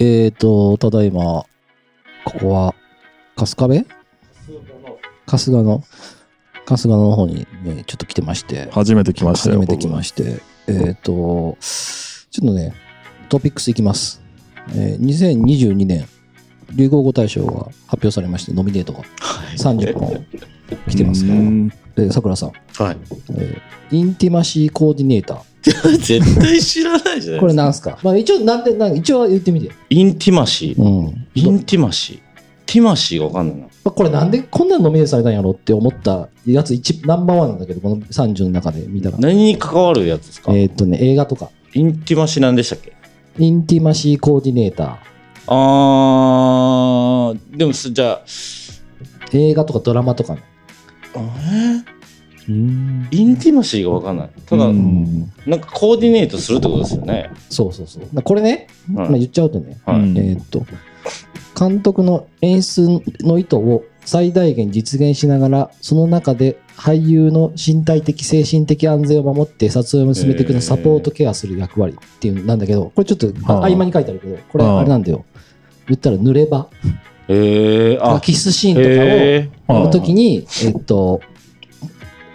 えーと、ただいま、ここは、春日部春日の、春日野の方にね、ちょっと来てまして、初めて来ましたよ。初めて来まして、えーと、ちょっとね、トピックスいきます。えー2022年、流行語大賞が発表されまして、ノミネートが30本来来て ますから、はえーさくらさん、い。えーインティマシーコーディネーター。絶対知らないじゃないこれなんすかまあ一応、なんで、なん一応言ってみて。インティマシー。うん。インティマシー。ティマシーがわかんないな。まあこれなんでこんなのノミネートされたんやろって思ったやつ一ナンバーワンなんだけどこの30の中で見たら何に関わるやつですか、えーっとね映画とかインティマシーなんでしたっけインティマシーコーディネータあー、でもすじゃあ、ー映画とかドラマとかのえーインティマシーがわかんない。ただ、うんなんかコーディネートするってことですよね。そうそうそうまあこれね、はいまあ、言っちゃうとね、はいえーっと監督の演出の意図を最大限実現しながらその中で俳優の身体的精神的安全を守って撮影を進めていくのをサポートケアする役割っていうのなんだけどこれちょっとあはあ合間に書いてあるけどこれはああれなんだよ言ったら濡れ場えー、あ、キスシーンとかを、えあのの時に、えっと、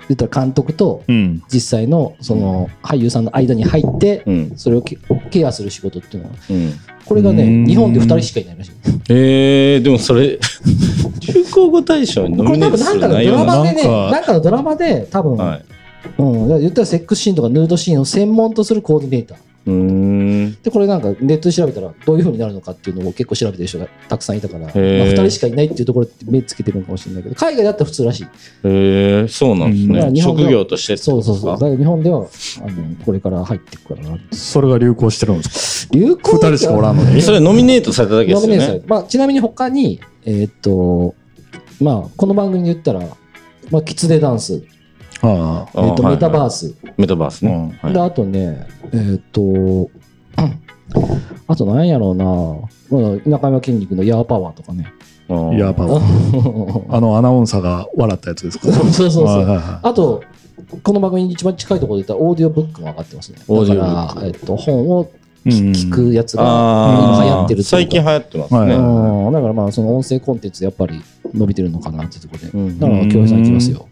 言ったら監督とうん。実際のその俳優さんの間に入ってー、、うん、それをケケアする仕事っていうのは、うん。これがうーね、ん日本で2人しかいないらしい。えー、でもそれ、 流行語大賞にノこれミネ多ート分なすんるかの内ド容ラなマでね、なんかなんかのドラマで多分、はい。うん、だから言ったらセックスシーンとかヌードシーンを専門とするコーディネーター。うーん。で、これなんかネットで調べたらどういう風になるのかっていうのを結構調べてる人がたくさんいたから、まあ、ー2人しかいないっていうところで目つけてるのかもしれないけど、海外だったら普通らしい。えー、そうなんですうんまあね。日本では職業としてってこそとうですそかうそう。だから日本では、あの、これから入っていくからなって。それが流行してるんです流か行二人しかおらんのに。それノミネートされただけでノすミよネートされね。たまあ、ちなみに他に、えーっと、まあ、この番組で言ったら、まあ、キツネダンス、あえーっとあメターバース、ス。メタバースあ。うね。ん。はいであとね、えーっと、あとなんやろうな、まあ、中山筋肉のヤーパワーとか ね。あーいや、パワーあのアナウンサーが笑ったやつですか。そうそうそ。はいうはいはあと、この番組に一番近いところで言ったら、オーディオブックも上がってますね。だオーかディオブックら、えーっと、本をいうん聞くやつが、あー今流行ってるっていうか最近流行ってますはね。いうんうん、だからまあ、その音声コンテンツやっぱり伸びてるのかなっていうところで。だんから、京平さんいきますよ。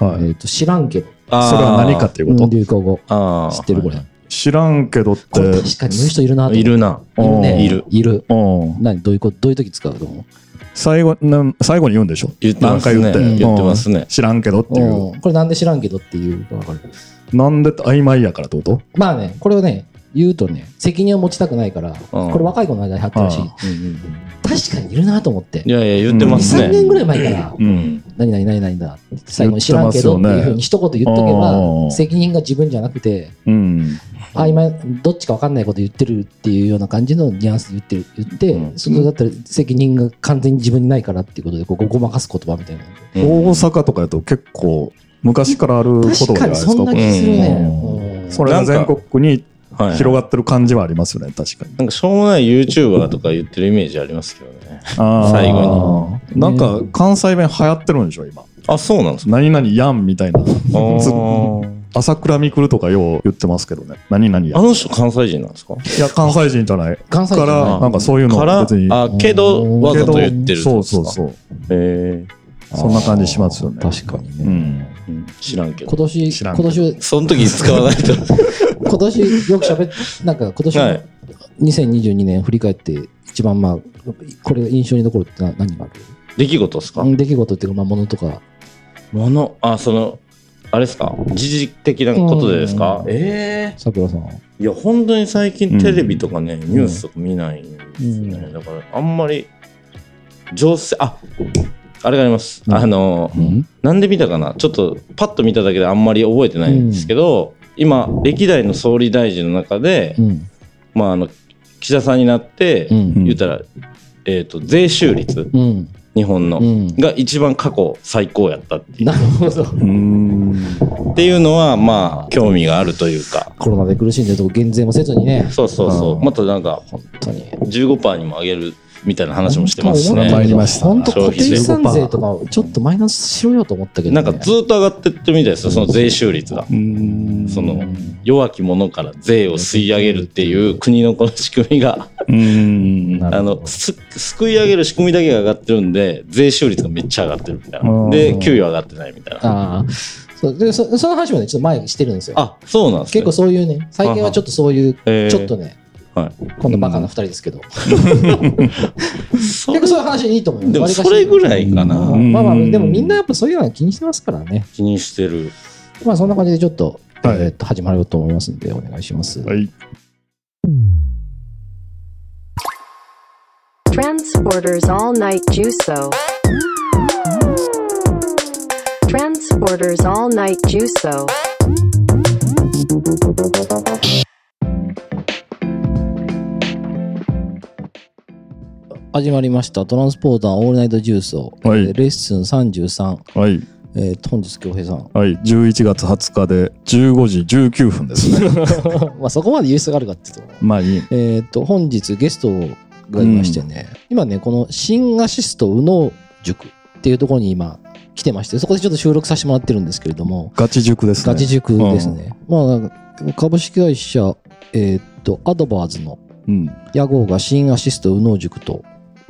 はえい。ー、と知らんけど、あーそれは何かっていううこん、と流行語あー知ってるこれ、は知らんけどって。これ確かに言う人いるなと思ういいるな。いるうんねいるいるうん。何どういうことどういう時使うと思最後なん最後に言うんでしょ。言ってます何ね。回言って言ってますね。知らんけどっうていう。うんこれなんで知らんけどっていうか分かるなんでって曖昧やからってこと？まあねこれをね言うとね責任を持ちたくないから、これ若い子の間に貼ってるしういん確かにいるなと思っていやいや、言ってます23年ね。ぐらい前からうう。んん。何々何々だって最後に知らんけどっていうふうに一言言っとけば、うん責任が自分じゃなくてうん。あ今どっちか分かんないこと言ってるっていうような感じのニュアンスで言ってる言って、うんそれだったら責任が完全に自分にないからっていうことでこうごまかす言葉みたいな、う大ん阪とかやと結構昔からある言葉じ確ゃなかいでにすそか。んこなれ気するね、うんうんそれが全国にはい広がってる感じはありますよね、確かに。なんかしょうもない YouTuber とか言ってるイメージありますけどね。最後になんか関西弁流行ってるんでしょ、今。あ、そうなんです か。何々やんみたいな。あー朝倉未来とかよう言ってますけどね。何々やあん。の人関西人なんですかいや、関西人じゃない。関西か人じゃら、なないんかそういうのから別に。、あ、けど、わけざどと言ってるってこそうとですそうかそう。へそんな感じしますよね。確かにね、うん。えうん知らんけど今。年知ら今んけど年その時使わないと。今年よく喋っなんか今年、はい2022年振り返って一番まあこれが印象に残るってな何がある出来事ですかうん出来事っていうかまあものとかもの、あ、その、あれですか時事的なことでですかうんええさくらさんはーいや、本当に最近テレビとかね、ニュースとか見ないんですよね。うんだから、あんまり、情勢、あ、あれがあります。うんあの、うんなんで見たかなちょっと、パッと見ただけであんまり覚えてないんですけど、今、歴代の総理大臣の中で、うんまあ、あの、岸田さんになって、うん言ったら、えっ、と、税収率、うん日本の、うんが一番過去最高やったっていう。なるほどうん。っていうのはまあ興味があるというかコロナで苦しんでるとこ減税もせずにね、そうそうそう、うんまたなんか本当に。 15%にも上げるみたいな話もしてますし本当にねりました本当、消固費税定資産税とか、ちょっとマイナスしろよと思ったけど、なね、んかずっと上がってってるみたいですよその税収率がうんその弱き者から税を吸い上げるっていう国のこの仕組みがうんなるあほどのすすくい上げる仕組みだけが上がってるんで税収率がめっちゃ上がってるみたいうんなで給与上がってないみたいなああそうでそその話もねちょっと前にしてるんですよあそうなんですね結構そういうね最近はちょっとそういうえーちょっとね、は今度バカな2人ですけど、そ結構そういう話いいと思うよでも割かしそれぐらいかうなんまあまあでもみんなやっぱそういうのは気にしてますからね気にしてるまあそんな感じでちょっと,、はいえーっと始まると思いますんでお願いします、はい Transporters All Night Juso. Transporters All Night Juso. 始まりましたトランスポーターオールナイトジュースを、はいえーレッスン33、はいえーっと本日恭平さん はい11月20日で15時19分です ねまあそこまで言う必要があるかっていうとまあいいえーっと本日ゲストがいましてね、今ねこの新アシスト右脳塾っていうところに今来てましてそこでちょっと収録させてもらってるんですけれどもガチ塾ですねガチ塾ですね、まあ株式会社えーっとアドバーズのうん屋号が新アシスト右脳塾と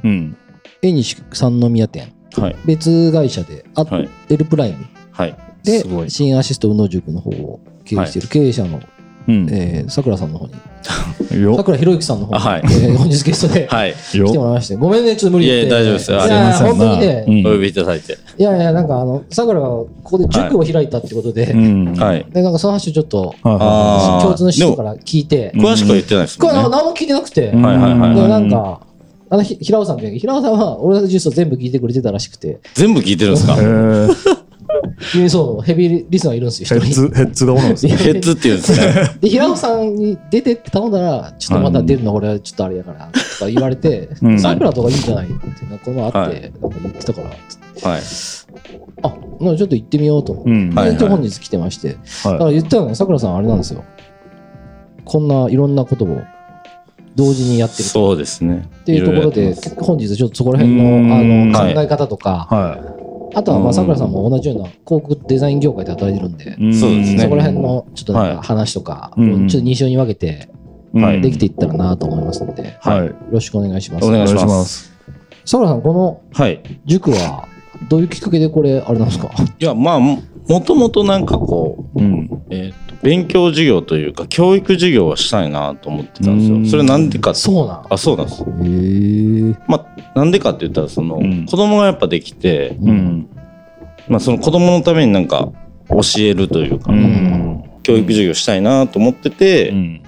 うん江西三宮店はい別会社であ、はいエルプライムはいですごい新アシスト右脳塾の方を経営している経営者のうんえーさくらさんの方にさよくらひろゆきさんの方に、あはいえー本日ゲストではい来てもよらいましてごめんねちょっと無理言っていや大丈夫ですいあやすいません本当にね、うおん呼びいただいていやいやなんかあのさくらがここで塾を開いたってことで、うんはいいでなんかその話をちょっとああー共通の人から聞いても詳しくは言ってないですこもれんねあの何も聞いてなくて、うんではいはいはいはいなんかあのひ平尾さんという平尾さんは俺のジュースを全部聞いてくれてたらしくて全部聞いてるんですかへえ言うそうヘビーリスナーいるんですヘよッ一人ズヘッズがおるんですねヘッズっていうんです ねで平尾さんに出てって頼んだらちょっとまた出るの俺はちょっとあれやからとか言われてうんさくらとかいいんじゃないってなんかこのあっはてなんか言ってたからはいあなんかちょっと行ってみようと思って。うんはいでちょ本日来てまして、だから言ったよね、さくらさん、あれなんですよ、こんないろんなことを同時にやってるそうですねっていうところいで、ろいろやって本日、ちょっとそこら辺のうあーんのはい考え方とか、はあとはまうあんさくらさんも同じような広告デザイン業界で働いてるんで、いそうですねそこら辺のちょっとなんはか話とか、うちょっんと2週に分けてはいできていったらなと思いますので、よはいろしくお願いしますお。願いしお願いしまますさくらさん、このはい塾はどういうきっかけでこれ、あれなんですかいやまあももともとなんかこううんえー、と勉強授業というか教育授業はしたいなと思ってたんですうんよ。それなんでかってそうなんあそうなんです。へーまあなんでかって言ったらその、うん子供がやっぱできて、うんまあ、その子供のためになんか教えるというか、うん教育授業したいなと思ってて、うん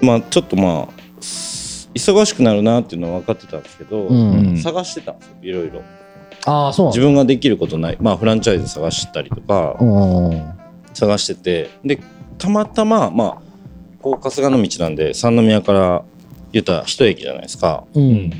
まあちょっとまあ忙しくなるなっていうのは分かってたんですけど、うんうん探してたんですよいろいろ。ああ、そうなん自だ分ができることない、まあ、フランチャイズ探したりとかうん探しててでたまたままあこう春日の道なんで三宮から言ったら一駅じゃないですか。う。うんん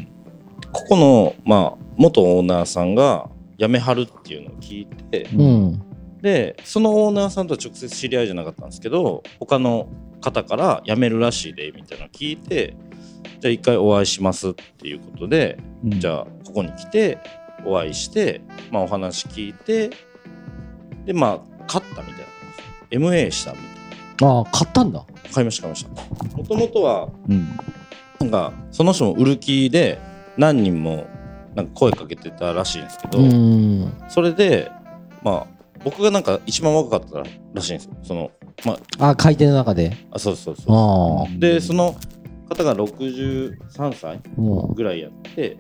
ここの、まあ、元オーナーさんが辞めはるっていうのを聞いてうん。でそのオーナーさんとは直接知り合いじゃなかったんですけど他の方から辞めるらしいでみたいなのを聞いてじゃあ一回お会いしますっていうことでじゃあここに来てお会いして、まあ、お話聞いてでまあ勝ったみたいな感じ MA したみたいああ、買ったんだ。な買いました買いましたもともとはうんなんかその人も売る気で何人もなんか声かけてたらしいんですけど、うん。それでまあ僕がなんか一番若かったらしいんですよそのああ、回転の中で。あそうそうそああ。うでその方が63歳うんぐらいやって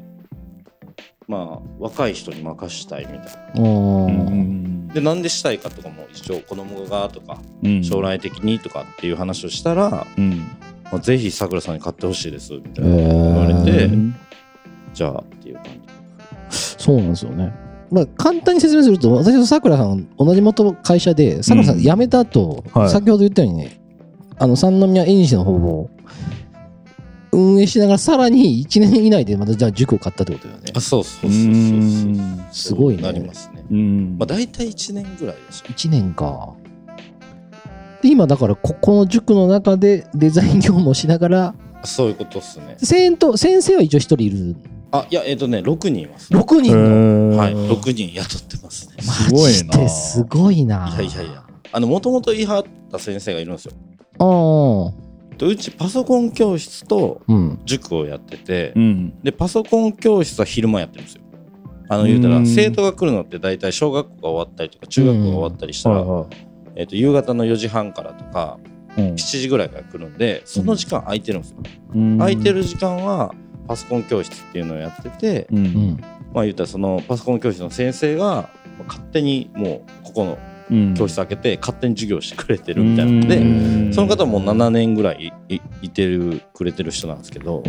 まあ若い人に任したいみたいなうん。でなんでしたいかとかも一応子供がとかうん将来的にとかっていう話をしたら、うんまあ、ぜひさくらさんに買ってほしいですみたいな、言われてうんじゃあっていう感じそうなんですよね。まあ、簡単に説明すると、私とさくらさん、同じ元会社で、さくらさんうん辞めた後、はい先ほど言ったようにね、あの、三宮縁日の方を運営しながら、さらに1年以内でまたじゃあ塾を買ったってことだよねあ。そうそううそうそうそうーんすごいねなりますねうんまあ大体1年ぐらいでしょ1年か。で、今だから、ここの塾の中でデザイン業務をしながら、あそういうことっすね先と先生は一応一人いるあいやえっ、とね6人います、ね、 6へ人のーはい6人雇ってますねすごいマジでなすごいないやいやいやあのもともといはった先生がいるんですよ。ああ。でうちパソコン教室とうん。塾をやってて、うん。でパソコン教室は昼間やってるんですよ。あのうん言うたら生徒が来るのって大体小学校が終わったりとか中学校が終わったりしたら、はえっと夕方の4時半からとかいはい。 7時ぐらいから来るんでその時間空いてるんですよ。うん空いて。る時間はパソコン教室っていうのをやってて、う。うんん。まあ言うたらそのパソコン教室の先生がまあ勝手にもうここのうん教室開けて勝手に授業してくれてるみたいなのうでんその方も7年ぐらいいいいてるくれてる人なんですけど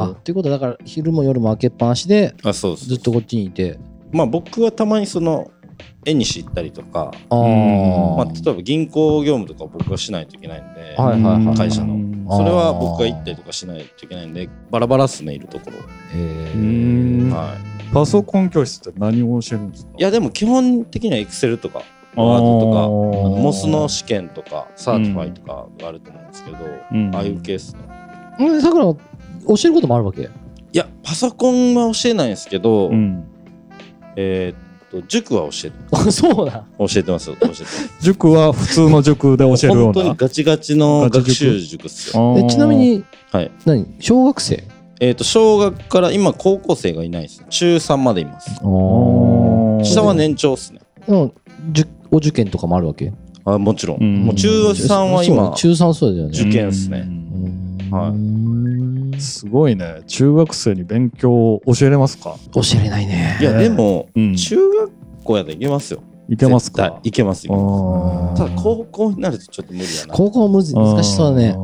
あ、っていうことはだから昼も夜も開けっぱなしであそうですずっとこっちにいて。まあ僕はたまにその絵にし行ったりとかああ。まあ例えば銀行業務とか僕がしないといけないんではいはいはい会社のうんそれは僕が行ったりとかしないといけないんでバラバラっすねいるところへうえん。はいパソコン教室って何を教えるんですかいやでも基本的にはエクセルとかあーワードとかあのモスの試験とかサーティファイとかがあると思うんですけど、うんああいうケースねうん。さくら、教えることもあるわけ いやパソコンは教えないんですけど、うんえーっと塾は教えてあ、そうだ。教えてますよ教えてます塾は普通の塾で 教えるよう本な当にガチガチのガチ塾学習塾っすよあーえちなみに、はい何小学生えーっと小学から今高校生がいないです中3までいますー下は年長っすねでもじゅお受験とかもあるわけあもちろん、うんもう中3はそうだね今中3そうだよね受験っすねうんうはいんすごいね中学生に勉強を教えれますか教えれないねいやでも、うん中学校やでいけますよいけますかいけますいけますあーただ高校になるとちょっと無理やな高校むず難しそうだね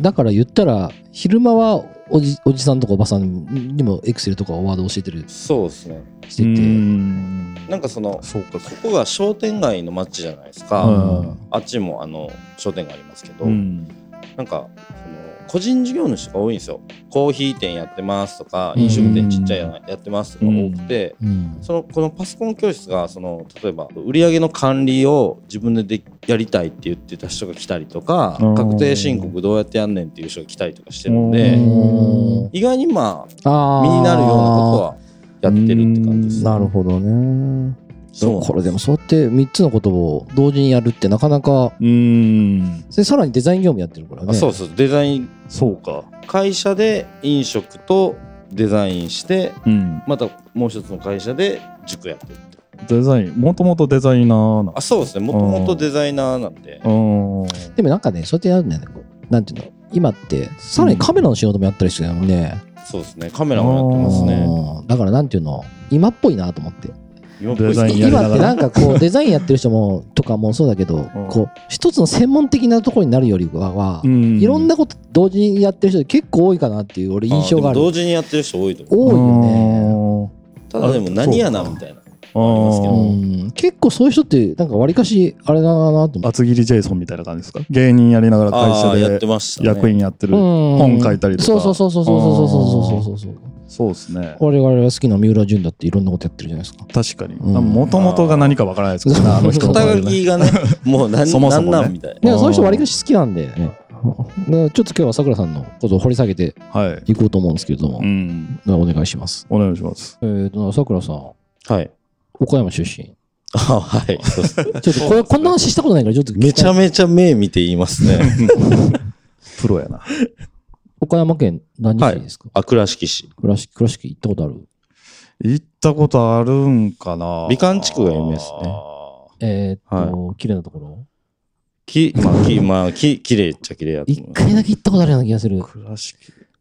だから言ったら昼間はおじおじさんとかおばさんにもエクセルとかワード教えてるそうですねしうててんなんかそのそうかそここが商店街の街じゃないですか、うんあっちもあの商店街ありますけど、うんなんかその個人事業主が多いんですよコーヒー店やってますとかうん飲食店ちっちゃいややってますとか多くて、うんそのこのパソコン教室がその例えば売り上げの管理を自分ででやりたいって言ってた人が来たりとかうん確定申告どうやってやんねんっていう人が来たりとかしてるんうでん意外にまああー身になるようなことはやってるって感じです。なるほどねそうなんですこれでもそうやって3つのことを同時にやるってなかなかうんでさらにデザイン業務やってるからねあそうそうデザインそうか会社で飲食とデザインしてうんまたもう一つの会社で塾やってるってデザインもともとデザイナーなあそうですねもともとデザイナーなんでうんでもなんかね、そうやってやるんだよね。こうなんていうの今って、さらにカメラの仕事もやったりしてるもんね。そうですねカメラもやってますねうんだからなんていうの今っぽいなと思って。今っぽいっデすザインやりな今がらってなんかこう、デザインやってる人も、とかもそうだけどうん、こう、一つの専門的なところになるよりかは、いいろんなこと同時にやってる人結構多いかなっていう、俺印象があるでも。同時にやってる人多いと思う多いよね。ただでも何やなみたいなありますけうどうんん結構そういう人って、なんかわりかし、あれだなと思って。厚切りジェイソンみたいな感じですか芸人やりながらああ会や社ってでましたね役員やってる本本書いたりとかそうそうそうそうそうそうそうそうそうそう。そうですね我々が好きな三浦淳だっていろんなことやってるじゃないですか。確かにうんもともとが何かわからないですけどねあーあの人の場合肩は書きがね もう何そもそもねなんなんみたいなであーその人割りかし好きなんで、ね、だからちょっと今日はさくらさんのことを掘り下げてはいいこうと思うんですけれども、うんお願いします。お願いしますえー、と、さくらさん、はい岡山出身。 あはいそうっすちょっとこれ、こんな話したことないから、ちょっとめちゃめめちゃ目見て言います ねプロやな岡山県何市ですか、あ倉敷市倉敷、倉敷行ったことある。行ったことあるんかな美観地区が有名ですねえっ、と、綺麗なところ。きまあきまあき綺麗っちゃ綺麗やと思い一ます回だけ行ったことあるような気がする。倉敷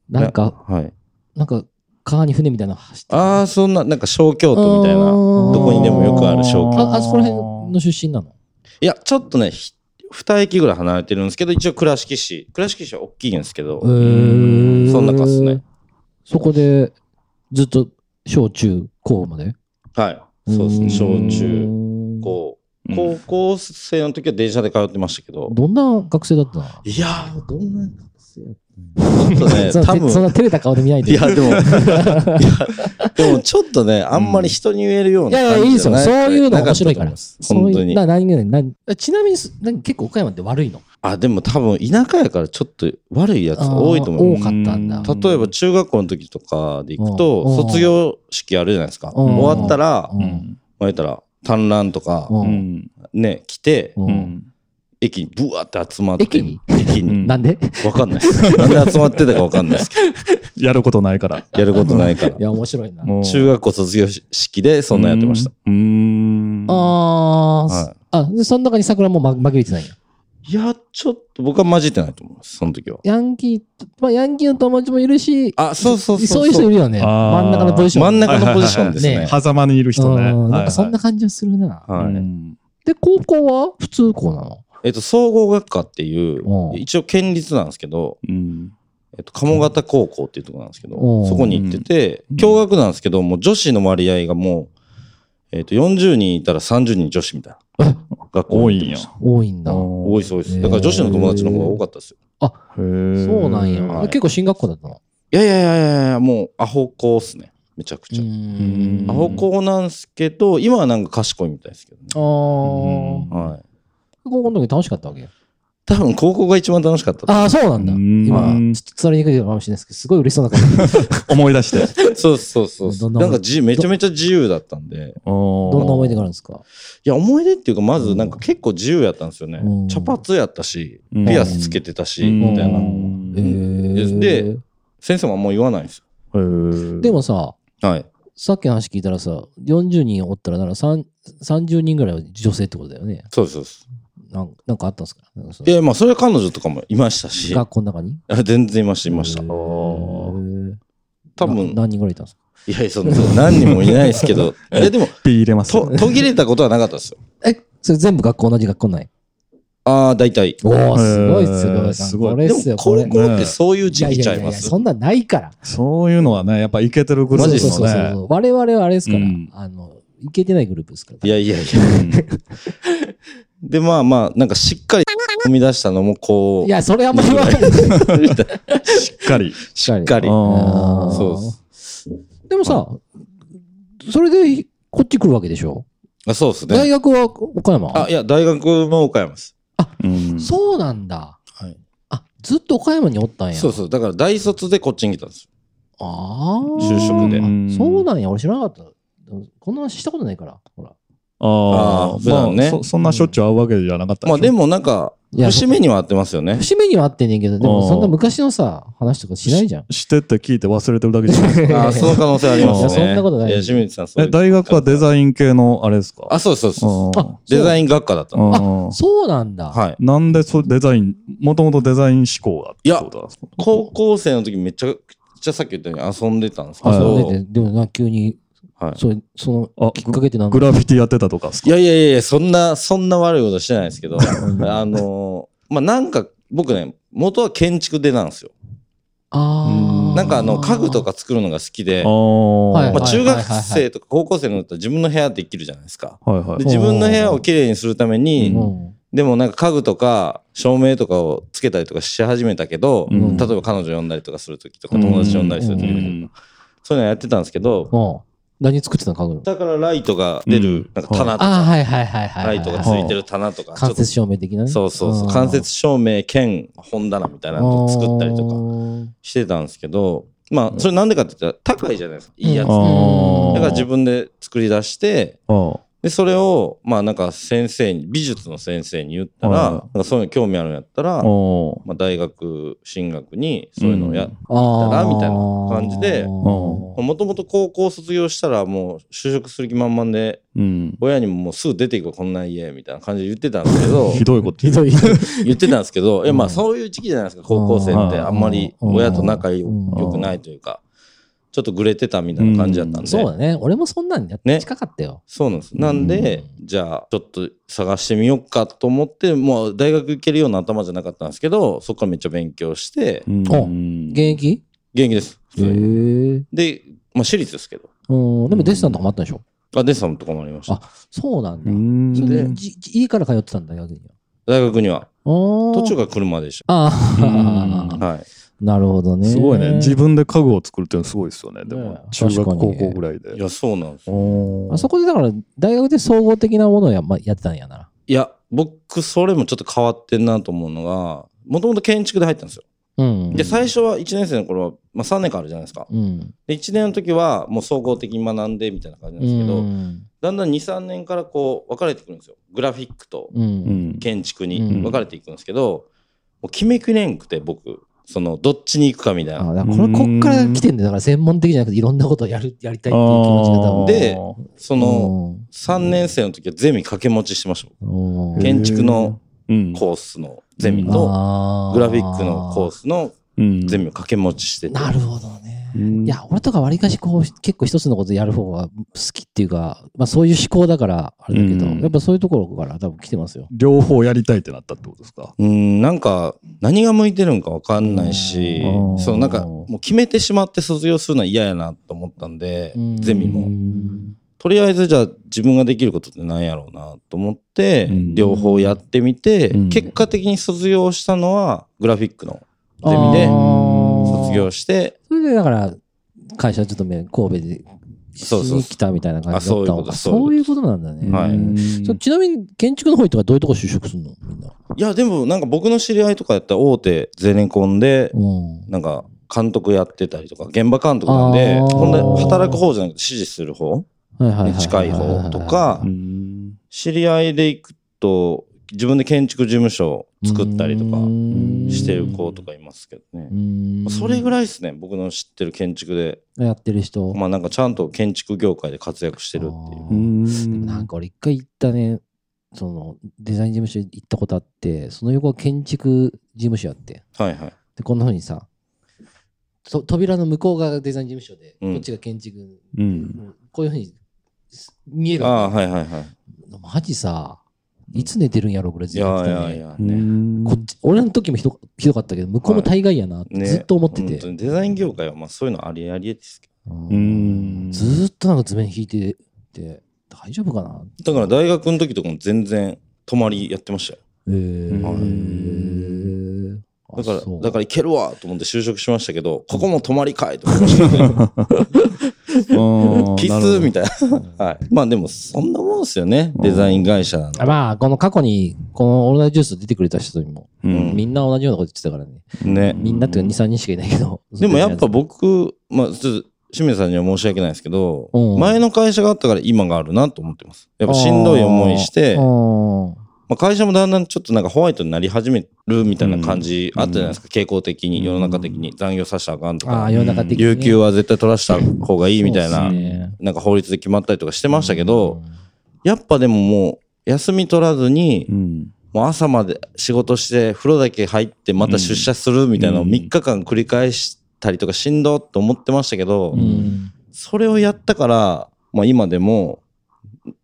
なんか、はいなんか、川に船みたいなの走ってるああそんななんか小京都みたいなどどこにでもよくある小ああそこら辺の出身なの。いや、ちょっとね、ひ二駅ぐらい離れてるんですけど、一応倉敷市。倉敷市は大きいんですけど、へーそんな感じっすね。そこで、ずっと、小中高まで。はい。そうですうーんね。小中高。うん高校生の時は電車で通ってましたけど。どんな学生だったのいやー、どんな、ちょっとね、 そんな多そん分、な照れた顔で見ないで。いや、でも、いや、でもちょっとね、あんまり人に言えるよういなやいや、いいで感じすじよ。ゃない。そういうの面白いかなら。ったと思ます本当そういうに。な何何何ちなみに、何結構岡山って悪いのあ、でも多分、田舎やからちょっと悪いやつ多いと思あう。ー多かったんだうん。例えば中学校の時とかで行くうんと、卒業式あるじゃないですか。うん終わったらう、んまあ、言ったら、単乱とか、ううんんね、来て、ううんん駅にブワーって集まって。駅に駅にうんなんでわかんな いです。なんで集まってたかわかんないですけやることないから。ど。やることないからい。や、面白いな。もう中学校卒業式でそんなんやってました。。うーん。あー、はあ、で、その中に桜もま紛れてないんや。いや、ちょっと僕は混じってないと思います、その時は。ヤンキー、まあ、ヤンキーの友達もいるし、あ、そうそうそう。そういう人いるよね。あー真ん中のポジション。真ん中のポジションですねね。狭間にいる人うんね。はないんはいかそんな感じがするな。はうい。んで、高校は普通校なのえっと、総合学科っていうう、ん一応県立なんですけど、うん。えっと、鴨方高校っていうところなんですけどうん、そこに行っててうん、共学なんですけど、もう女子の割合がもう、えっと、40人いたら30人女子みたいな。学校多いに行ってんやました。多いんだ。そ多いです、多いでへーす。だから女子の友達の方が多かったですよ。ううなんや。はい結構進学校だったの。いやいやいやいやいや、もうアホ校っすね。めちゃくちゃ。んアホ校なんすけど、今はなんか賢いみたいですけどね。あーうんはい。高校の時楽しかったわけ多分高校が一番楽しかったとああ、そうなんだ。うん今、ちょっと伝わりにくいかもしれないですけど、すごい嬉しそうな感じ。思い出して。そうそうそうそどう。んななんかじめちゃめちゃ自由だったんで。どどんな思い出があるんですかいや、思い出っていうか、まずなんか結構自由やったんですよねう。ん茶髪やったし、うんピアスつけてたし、みたいなう。んへーで先生もあんま言わないんですでで、もさ、よ。はい。さっきの話聞いたらさ、40人おったらならさん30人ぐらいは女性ってことだよね。そうですそうです。なんなんかあったんですかなんかそのいや、まあ、それは彼女とかもいましたし、学校の中にあ 全然いました、いました。へー多な分、何人ぐらいいたんですかいやいや、その、何人もいないですけ ど、いや、でも、ピー入れます。と、途切れたことはなかったですよ。え、それ全部学校同じ学校ないああ、大体。おー、すごいへーすごい。すごいこれっですよ、も、こ高校れ。ってそういう時期ちゃやいまややすそんなんないから。そういうのはね、やっぱイケてるグルーマプジのっすね。そうそうそうそう。我々はあれですから、うんあの、いけてないグループですから。いやいやいや。で、まあまあ、なんかしっかり踏み出したのもこう。いやそれあんまり言わない。 ししっかり。しっっかりあーそうですでもさ、それでこっち来るわけでしょ、あそうです大ね。学は岡山あ、いや、大学も岡山です。うんそうなんだ。はいあ、ずっと岡山におったんや。そうそう。だから大卒でこっちに来たんですよ。ああ。就職であそうなんや。俺知らなかった。でもこんな話したことないから。ほら。あああ、ー普まあ段ねそそんなしょっちゅう会うわけじゃなかったまあでも、もなんか、いや節目には合ってますよね。節目にはあってんねんけど、であもーそんな昔のさ、話とかしないじゃん。してって聞いて忘れてるだけじゃないですか。あその可能性ありますね。いやそんなことないいや、清水さん、そうえ、いう。大学はデザイン系のあれですかあ、そうそうそうああデザイン学科だったの。あそうなんだ。はい。なんでそうデザイン、もともとデザイン志向だってことなんですか高校生の時めちゃくちゃさっき言ったように遊んでたんですけはいそうど。ででもな、急に、はい。それそあのきっかけってなんだグラフィティやってたとかですいかやいやいや、そんな、そんな悪いことしてないですけど、あの、まあ、なんか、僕ね、元は建築でなんですよ。あうあ。んなんかあの、家具とか作るのが好きであ、あ。はいまあ、はい中学生とか高校生になったら自分の部屋できるじゃないですか。はいはで、い。自分の部屋をきれいにするためうに、ん。でもなんか家具とか照明とかをつけたりとかし始めたけど、うん例えば彼女呼んだりとかするときとか、友達呼んだりするときとうか、そういうのやってたんですけど、うん。何作ってたの家具の。だからライトが出る、なんか棚とああ、か、はいはいはいはいはラい。イトがついてる棚とか、ちょ間っと接照明的なね。そうそうそう。間接照明兼本棚みたいなのを作ったりとかしてたんですけど、まあ、それなんでかって言ったら高いじゃないですか。いいやつ。うんだああ。から自分で作り出して、あで、それを、まあなんか先生に、美術の先生に言ったら、はいなんかそういうの興味あるんやったら、あ。おまあ大学進学にそういうのをや、うんあだあ。なみたいな感じでうんもともと高校卒業したらもう就職する気満々で、うん。親にももうすぐ出ていこう、こんな家、みたいな感じで言ってたんですけ ど、ひどいことひ言う。どい。言ってたんですけど、いやまうあんそういう時期じゃないですか、高校生ってあんまりうん親と仲良うん良くないというか、ちょっとぐれてたみたいな感じだったんで、そうそうだね。俺もそんなんやってね近かったよ。なんです。なんで、じゃあちょっと探してみようかと思って、もう大学行けるような頭じゃなかったんですけど、そこからめっちゃ勉強して、うん現役元気です。普へえ。通にうん。で、まあ私立ですけど、でもデッサンとかもあったでしょあデッサンとかもありました。そうなんうだ。ん それででじじ家から通ってたんだ、逆に。大学には。途途中から車でしあうんあ。た。はい。なるほどね。すごいね。自分で家具を作るっていうのすごいですよね。でねもえ、中学、確か高に校ぐらいでい。や、そうなんです。おーあそこでだから、大学で総合的なものをや,、まあ、やってたんやな。いや、僕、それもちょっと変わってんなと思うのが、もともと建築で入ったんですよ。うん。で、最初は1年生の頃は、まあ、3年間あるじゃないですか。うん。で、1年の時はもう総合的に学んでみたいな感じなんですけど、うんだんだん2、3年からこう分かれてくるんですよ。グラフィックとう。うんん。建築にうん分かれていくんですけど、もう決めきれんくて、僕、その、どっちに行くかみたいあな。だからこれ、こっから来てんだよ。だから専門的じゃなくて、いろんなことをやる、やりたいっていう気持ちが多分。であーその、3年生の時はゼミ掛け持ちしてました。うん、うん建築のうんコースのゼミと、あグラフィックのコースのうんゼミを掛け持ちしてて。なるほどね。うんいや、俺とかわりかしこう、結構一つのことやる方が好きっていうか、まあそういう思考だから、あれだけど、うんやっぱそういうところから多分来てますよ。両方やりたいってなったってことですかうん、なんか、何が向いてるんかわかんないしう、んそのなんか、もう決めてしまって卒業するのは嫌やなと思ったんでうん、ゼミうも。んとりあえずじゃあ自分ができることって何やろうなと思ってうん、両方やってみてうん、結果的に卒業したのはグラフィックのゼミあーで卒業して、それでだから、会社ちょっとめ神戸でしそうそうに来たみたいな感じだったのか。あそそうういいううこことなんだね。はいうんそちなみに建築の方とかどういうとこ就職するのみんな。いや、でもなんか僕の知り合いとかやったら大手ゼネコンで、うん。なんか監督やってたりとか、現場監督なんで、あーほんで働く方じゃなくて指示する方はいはいはいに近い方と。かう、ん知り合いで行くと自分で建築事務所を作ったりとかしてる子とかいますけどね、まあそれぐららいですね僕の知ってる建築でいやってる人。まあなんかちゃんと建築業界で活躍してるっていうあーなんか俺一回行ったね、そのデザイン事務所行ったことあって、その横は建築事務所やって。はいはいで、こんな風にさ、と扉の向こう側がデザイン事務所で、うんこっちが建築、うんこういう風に見えるあわあけ。はいはいはいマジさ、いつ寝てるんやろ、これいずっとやね、いやいやうねんこっち、俺らの時もひどひどかったけど、向こうも大概やなってねずっと思って本て当。にデザイン業界はまあそういうのありありですけうんずーっとなんか図面引いてて、大丈夫かなどだから大学の時とかも全然泊まりやってましたよえーはいだかあそらうだからいけるわと思って就職しましたけどここも泊まりかいと思 いました ピスみたたいなはいまあでもそんなもんですよねデザイン会社なん であまあ、この過去に、このオーナージュース出てくれた人にも、いうんみんな同じようなこと言ってたからね。ねみんなっていうか2、3人しかいないけど。でもやっぱ、僕、まあ、ちょっと清水さんには申し訳ないですけど、うん前の会社があったから今があるなと思ってます。やっぱしんどい思いして、うまあ、会社もだんだんちょっとなんかホワイトになり始めるみたいな感じあったじゃないですか、傾向的に、世の中的に残業させたらあかんとん。あかあ、、世の中的にね、有給は絶対取らした方がいいみたそいうなっす、ねなんか法律で決まったりとかしてましたけど、、やっぱでももう、休み取らずに、もう朝まで仕事して、風呂だけ入って、また出社するみたいなのをうん3日間繰り返したりとかしんどって思ってましたけど、うんうんそれをやったから、まあ今でも、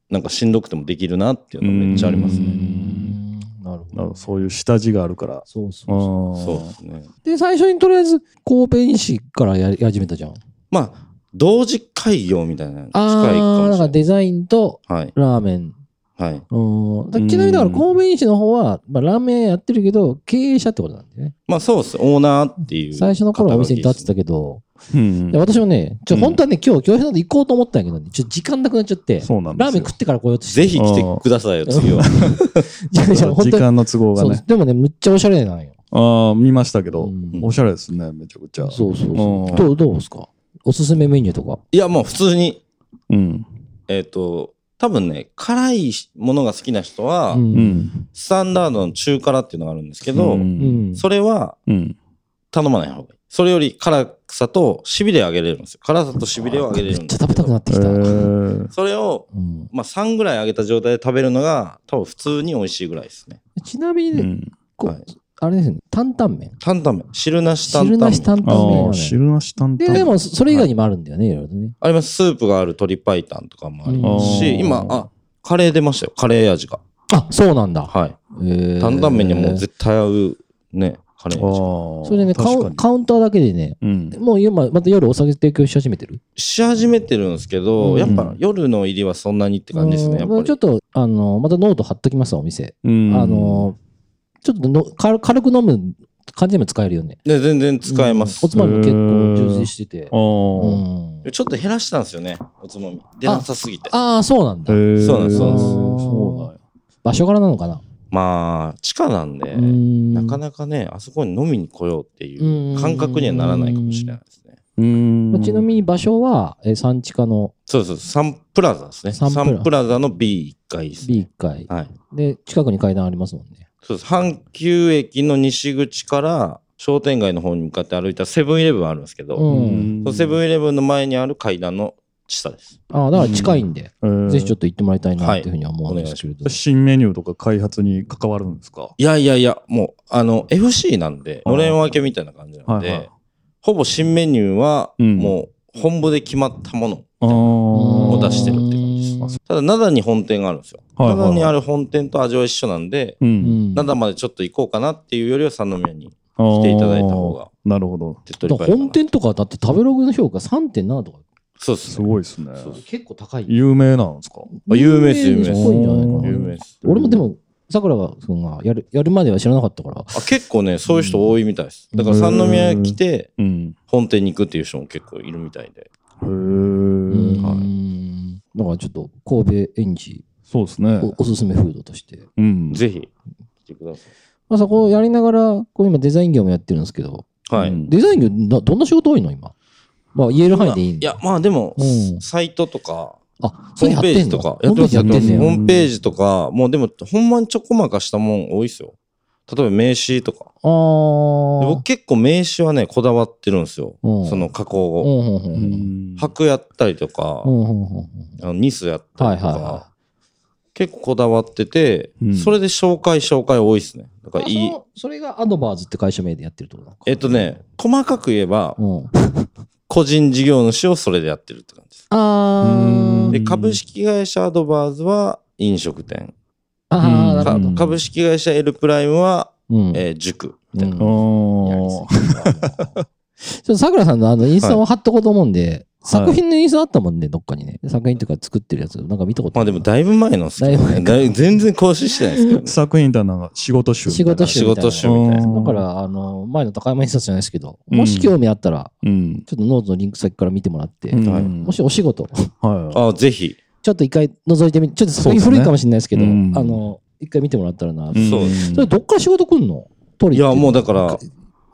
なんかしんどくてもできるなっていうのめっちゃありますうね。んなるほど。そういう下地があるからそうそうあそーそうですね。う。で、最初にとりあえず、神戸医師からやり始めたじゃん。まあ、同時開業みたいなのに近いかああ、もなんしれかない。デザインとはい。ラーメン。はい。うん。だからちなみにだから神戸飲酒の方は、まあ、ラーメン屋やってるけど、経営者ってことなんだよね。まあそうです。オーナーっていう。最初の頃はお店に立ってたけど、うんいや私もね、ちょ、うん本当はね、今日、教室なんで行こうと思ったんやけどね、ちょ、時間なくなっちゃって、そうなんでラすよーメン食ってから来ようとして。 ぜひ来てくださいよ、次は。いやいや本時当に間の都合がそうねでもね、むっちゃおしゃれなんよ。ああ見ましたけどうんおしゃれですねめちゃくちゃそうそうそうう。んどう、どうですかおすすめメニューとか。いや、もう普通に、うんえっ、と、多分ね、辛いものが好きな人は、うんうんスタンダードの中辛っていうのがあるんですけど、うんうんそれはうん頼まない方がいい。それより辛さとしびれを上げれるんですよ。辛さとしびれを上げれめるんっちでゃ食すけべたくなど、ってきた。えーそれを、うんまあ、3ぐらい上げた状態で食べるのが、多分普通に美味しいぐらいですね。ちなみにうね、んこはいうあれですね、担々麺。担々麺。汁なし担汁々なし麺。担あ々麺はーね。汁なし担で、々でも、それ以外にもあるんだよね、いろいろね。あります。スープがある鶏白湯とかもありますうんし、今、あ、カレー出ましたよ。カレー味が。あ、そうなんだ。はい。へー担々麺にはもう絶対合う、ね、カレあー味。ーそれでねカ確ウかン、にカウンターだけでね、うんもう今、また夜お酒提供し始めてるし始めてるんですけど、うんやっぱ夜の入りはそんなにって感じですね、やうっんぱまあり。ちょっと、あの、またノート貼っときますわ、お店。うんあの、ちょっとの軽軽く飲む感じでも使えるよね。ね、全然使えますうんお。つまみも結構充実してて。あーうんちょっと減らしたんですよね、おつまみ。出なさすぎて。ああ、そうなんだ。へーそうなんですそうなんですそうなんや場所柄なのかなまあ地下なんで、なかななかねあそこに飲みに来ようっていうか感覚にはならないかもしれないですね。まあちなみに場所は、えー、産地下のそうそうサンプラザですね。ササンプランプラザの B1 階ですね。 B1 階。はい。で、近くに階段ありますもんね。そうです阪急駅の西口から商店街の方に向かって歩いたセブンイレブンあるんですけど、うんそのセブンイレブンの前にある階段の下です。ああ、だから近いんで、ンぜひちょっと。と行ってもらいたいなはっいていうふうには思うんですけれど。新メニューとか開発に関わるんですかいやいやいや、もう、あの、FC なんで、あーのれん分けみたいな感じなんで、はいはいほぼ新メニューは、うんもう、本部で決まったもの。あをー出してるって感じただ、灘に本店があるんですよ。はいはいはい灘にある本店と味は一緒なんで、う。うんん。灘までちょっと行こうかなっていうよりは三宮に来来ていただいた方。がなるほど。手っだ取りか早らいかな本店とかだって食べログの評価3.7とかそうですすね。ごいですね。そうそう結構高い。有名なんですかあ有名です有名です高いんじゃないかうんな有名です。俺もでも、桜川君がやるやるまでは知らなかったから。あ結構ね、そういう人多いみたいです。だからうん三宮来て、うん。本店に行くっていう人も結構いるみたいで。へうえ。んはい。だからちょっと神戸エンジそうですね。おおすすめフードとして。うん。ぜひ、来てくださまあ、そこをやりながら、こう今デザイン業もやってるんですけど、い。はい。うんデザイン業などんな仕事多いの今。まあ言える範囲でいいんいだ。や、まあでも、うんサイトとか、あ、そホれやーっムペーてんジのとか、ホームページやってんねホーや。ムページとか、もうでも、ほんまにちょこまかしたもん多いですよ。例えば名刺とか。あでー僕。結構名刺はね、こだわってるんですよ。うんその加工うを。んうんううんん箔やったりとかう、んうんうんあのニスやったはいはいりとか、は結構こだわってて、うんそれで紹介紹介多いですね。だからい。いいあそ。のそれがアドバーズって会社名でやってるってことなのかえっとね、細かく言えば、うん。個人事業主をそれでやってるって感じです。あうーで、ん株式会社アドバーズは飲食店。あー、なかるほうんど。株式会社エルプライムは、うん。えー塾みたいな。うんあや りーすぎたなちょっと桜さんのあのインスタを貼っとこうと思うんで、作品のインスタあったもんね、どっかにね。作品とか作ってるやつ、なんか見たことまあでもだいぶ前のっすけど、だいぶね、前だい全然更新してないですけど、ね、作品だなんか仕事集みたいな。仕事集仕事集みたいな。うんだから、あの、前の高山印刷じゃないですけど、うんもし興味あったら、うん。ちょっとノートのリンク先から見てもらって、うんはいもしお仕事、は い。あぜひ。ちょっと一回覗いてみて、ちょっと作品そうですね古いかもしれないですけど、うんあの、一回見てもらったらな。んそうでそれどっから仕事来んの取いりや、もうだから、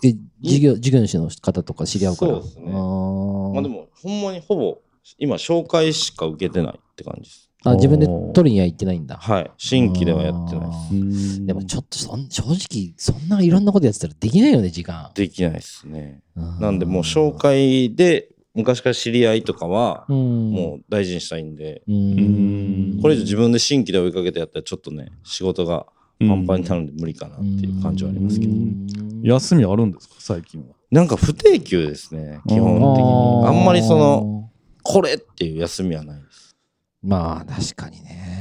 え、事業、事業主の方とか知り合うから。そうですねあーまあでも、ほんまにほぼ、今、紹介しか受けてないって感じです。あ、自分で取りには行ってないんだ。はい。新規ではやってないです。あうーんでもちょっとそん正直、そんないろんなことやってたらできないよね、時間。できないですね。ななんで、もう紹、介で、昔から知り合いとかは、うん、もう大事にしたいんで、うーん、これ以上自分で新規で追いかけてやったら、ちょっとね、仕事がパンパンになるんで無理かなっていう感じはありますけど。ううんん休みあるんですか最近は。なんか不定休ですね、基本的ーに。あんまりその、これっていう休みはないです。まあ確かに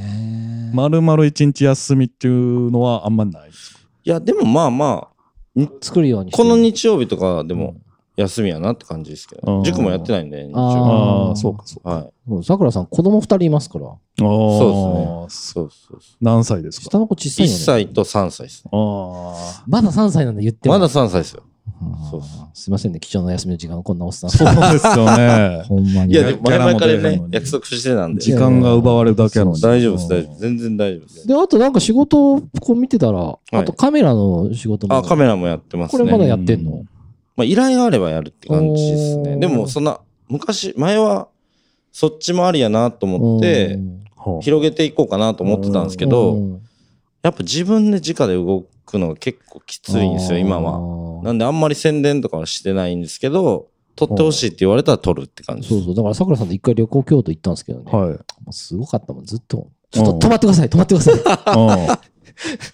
ねまるまる一日休みっていうのはあんまないですかいや、でもまあまあ、作るようにしてこるの日曜日とかでも休みやなって感じですけうど、ん塾もやってないんで、あ日曜ーああー、そうかそう日。か。はい。もうさくらさん子供二人いますからああ、そうですね。そうそうそ何歳です下かの子小う。さい1よね歳と3歳ですね。あまだ3歳なんで言ってもまだ3歳ですよ。うんそうそうすいませんね貴重な休みの時間をこんなおっさんあ、そうですよね。 ほんまにいや、でもギ前ャラも々から出へんねの、に約束してたんで時。間が奪われるだけなのに。大丈夫です、大丈夫です。全然大丈夫です。であとなんか仕事をこう見てたら、いあとカメラの仕事もあ、カメラもやってますこれまだね。やってんのまあ、依頼があればやるって感じですおね。ーでも、そんな、昔、前は、そっちもありやなと思ってう、ん夫広げていこうかなと思ってたんですけうど、んやっぱ自分で直で動くのが結構きついんですよ、今は。はなんであんまり宣伝とかはしてないんですけど、撮ってほしいって言われたら撮るって感じそでうす。そうだからさくらさんと一回旅行京都行ったんですけどね、はい。もうすごかったもんずっとちょっと止まってください止まってくだ さいああ。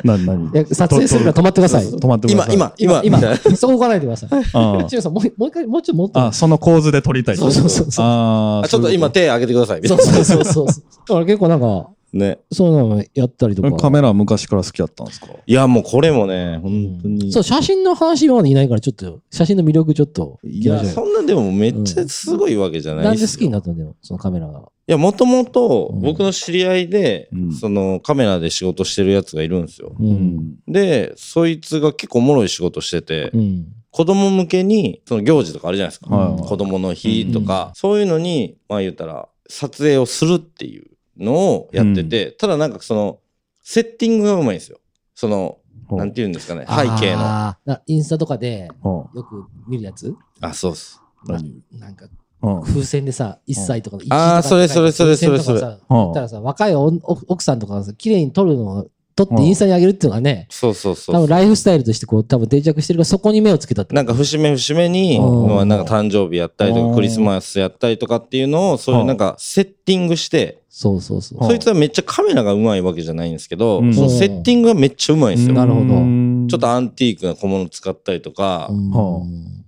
な、なにいや撮影するから止まってください止まってくだ今さ、い。今、今、今みたいな、そこ置かないでください。 あシュウさん、もうもう一回、もうちょっともっと。あ。あ、その構図で撮りたい。そうそうそうそう。ああ。あちょっと今そうい手挙げてください、みたそいうそうそうそうそう。だから結構なんか、な。ね。そういうのもやったりとうこか。と。カメラは昔から好きだったんですかいや、もうこれもね、う本ん当に。そう、写真の話今までいないから、ちょっと、写真の魅力ちょっと聞いきましょや、うよ。そんなでもめっちゃすごいわけじゃないなんでで好すきによ。なったんだよ、そのカメラが。いや、もともとうん僕の知り合いでうん、そのカメラで仕事してるやつがいるんですよ。う。。うんで、そいつが結構おもろい仕事しててう、ん。子供向けに、その行事とかあるじゃないですか。はいはい子供の日とか、そういうのに、まあ言ったら、撮影をするっていうのをやってて、ただなんかその、セッティングがうまいんですよ。その、うんなんて言うんですかね、背景の。ああーなインスタとかでうんよく見るやつそうっす。何なんかうん風船でさ、1歳とかのあーそれそれそれそれそれだうんったらさ、若いおん奥奥さんとかがさ綺麗に撮るのを、撮ってインスタに上げるっていうのがね、そうそうそう多分ライフスタイルとしてこう、多分定着してるから、そこに目をつけたって。なんか節目節目に、うんまあなんか誕生日やったりとうかんクリスマスやったりとかっていうのをそういうなんかセッティングして、そうそうそうう。んそいつはめっちゃカメラがうまいわけじゃないんですけど、うんそのセッティングがめっちゃうまいんですよ。なるほどうんちょっとアンティークな小物使ったりとか、うんちょ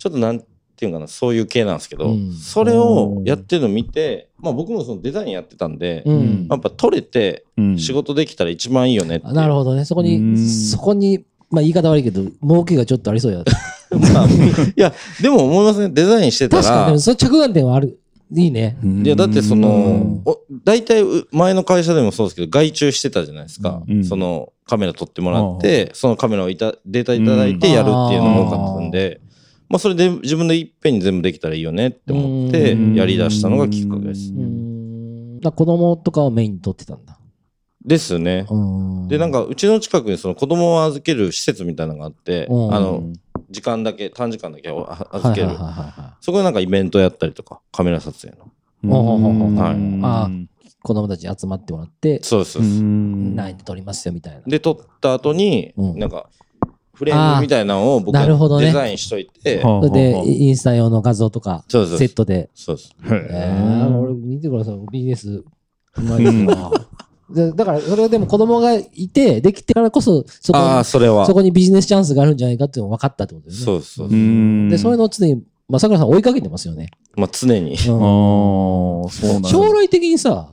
っとなんていうのかな、そういう系なんですけど、うんそれをやってるの見て、まあ僕もそのデザインやってたんで、うんやっぱ撮れてうん仕事できたら一番いいよねっていあう。なるほどね。そこうに、んそこに、まあ言い方悪いけど、儲けがちょっとあり そうや。まあ、いや、でも思いますね。デザインしてた確かに、でらも、その着眼点はある。いいね。いや、だってその、うお大体う前の会社でもそうですけど、外注してたじゃないですか。うんそのカメラ撮ってもらって、そのカメラをいたデータいただいてやるっていうのも多かったんで、まあそれで自分でいっぺんに全部できたらいいよねって思ってうんやり出したのがきっかけです。ううんん。だから子供とかをメインに撮ってたんだ。ですね。うんで、なんか、うちの近くにその子供を預ける施設みたいなのがあって、うんあの、時間だけ、短時間だけおあ預はいけはいるはい。はそこでなんかイベントやったりとか、カメラ撮影の。うんほうほうほうほうはいあい子供たちに集まってもらって、そうですそううです。んないで撮りますよみたいな。で、撮った後に、うんなんか、フレームみたいなのを僕あーなるほどがねデザインしといて、はあはあそれで、インスタ用の画像とか、そうですそうセでッす。トで。そうです。へええー、俺見てください。ビジネス、うまいですな。 でだから、それはでも子供がいて、できてからこそ、そこにああ、それは。そこにビジネスチャンスがあるんじゃないかっていうのが分かったってことですね。そうですそううです。んで、そういうのを常に、まあ、さくらさん追いかけてますよね。まあ、常に。うあんーそうなんだ将来的にさ、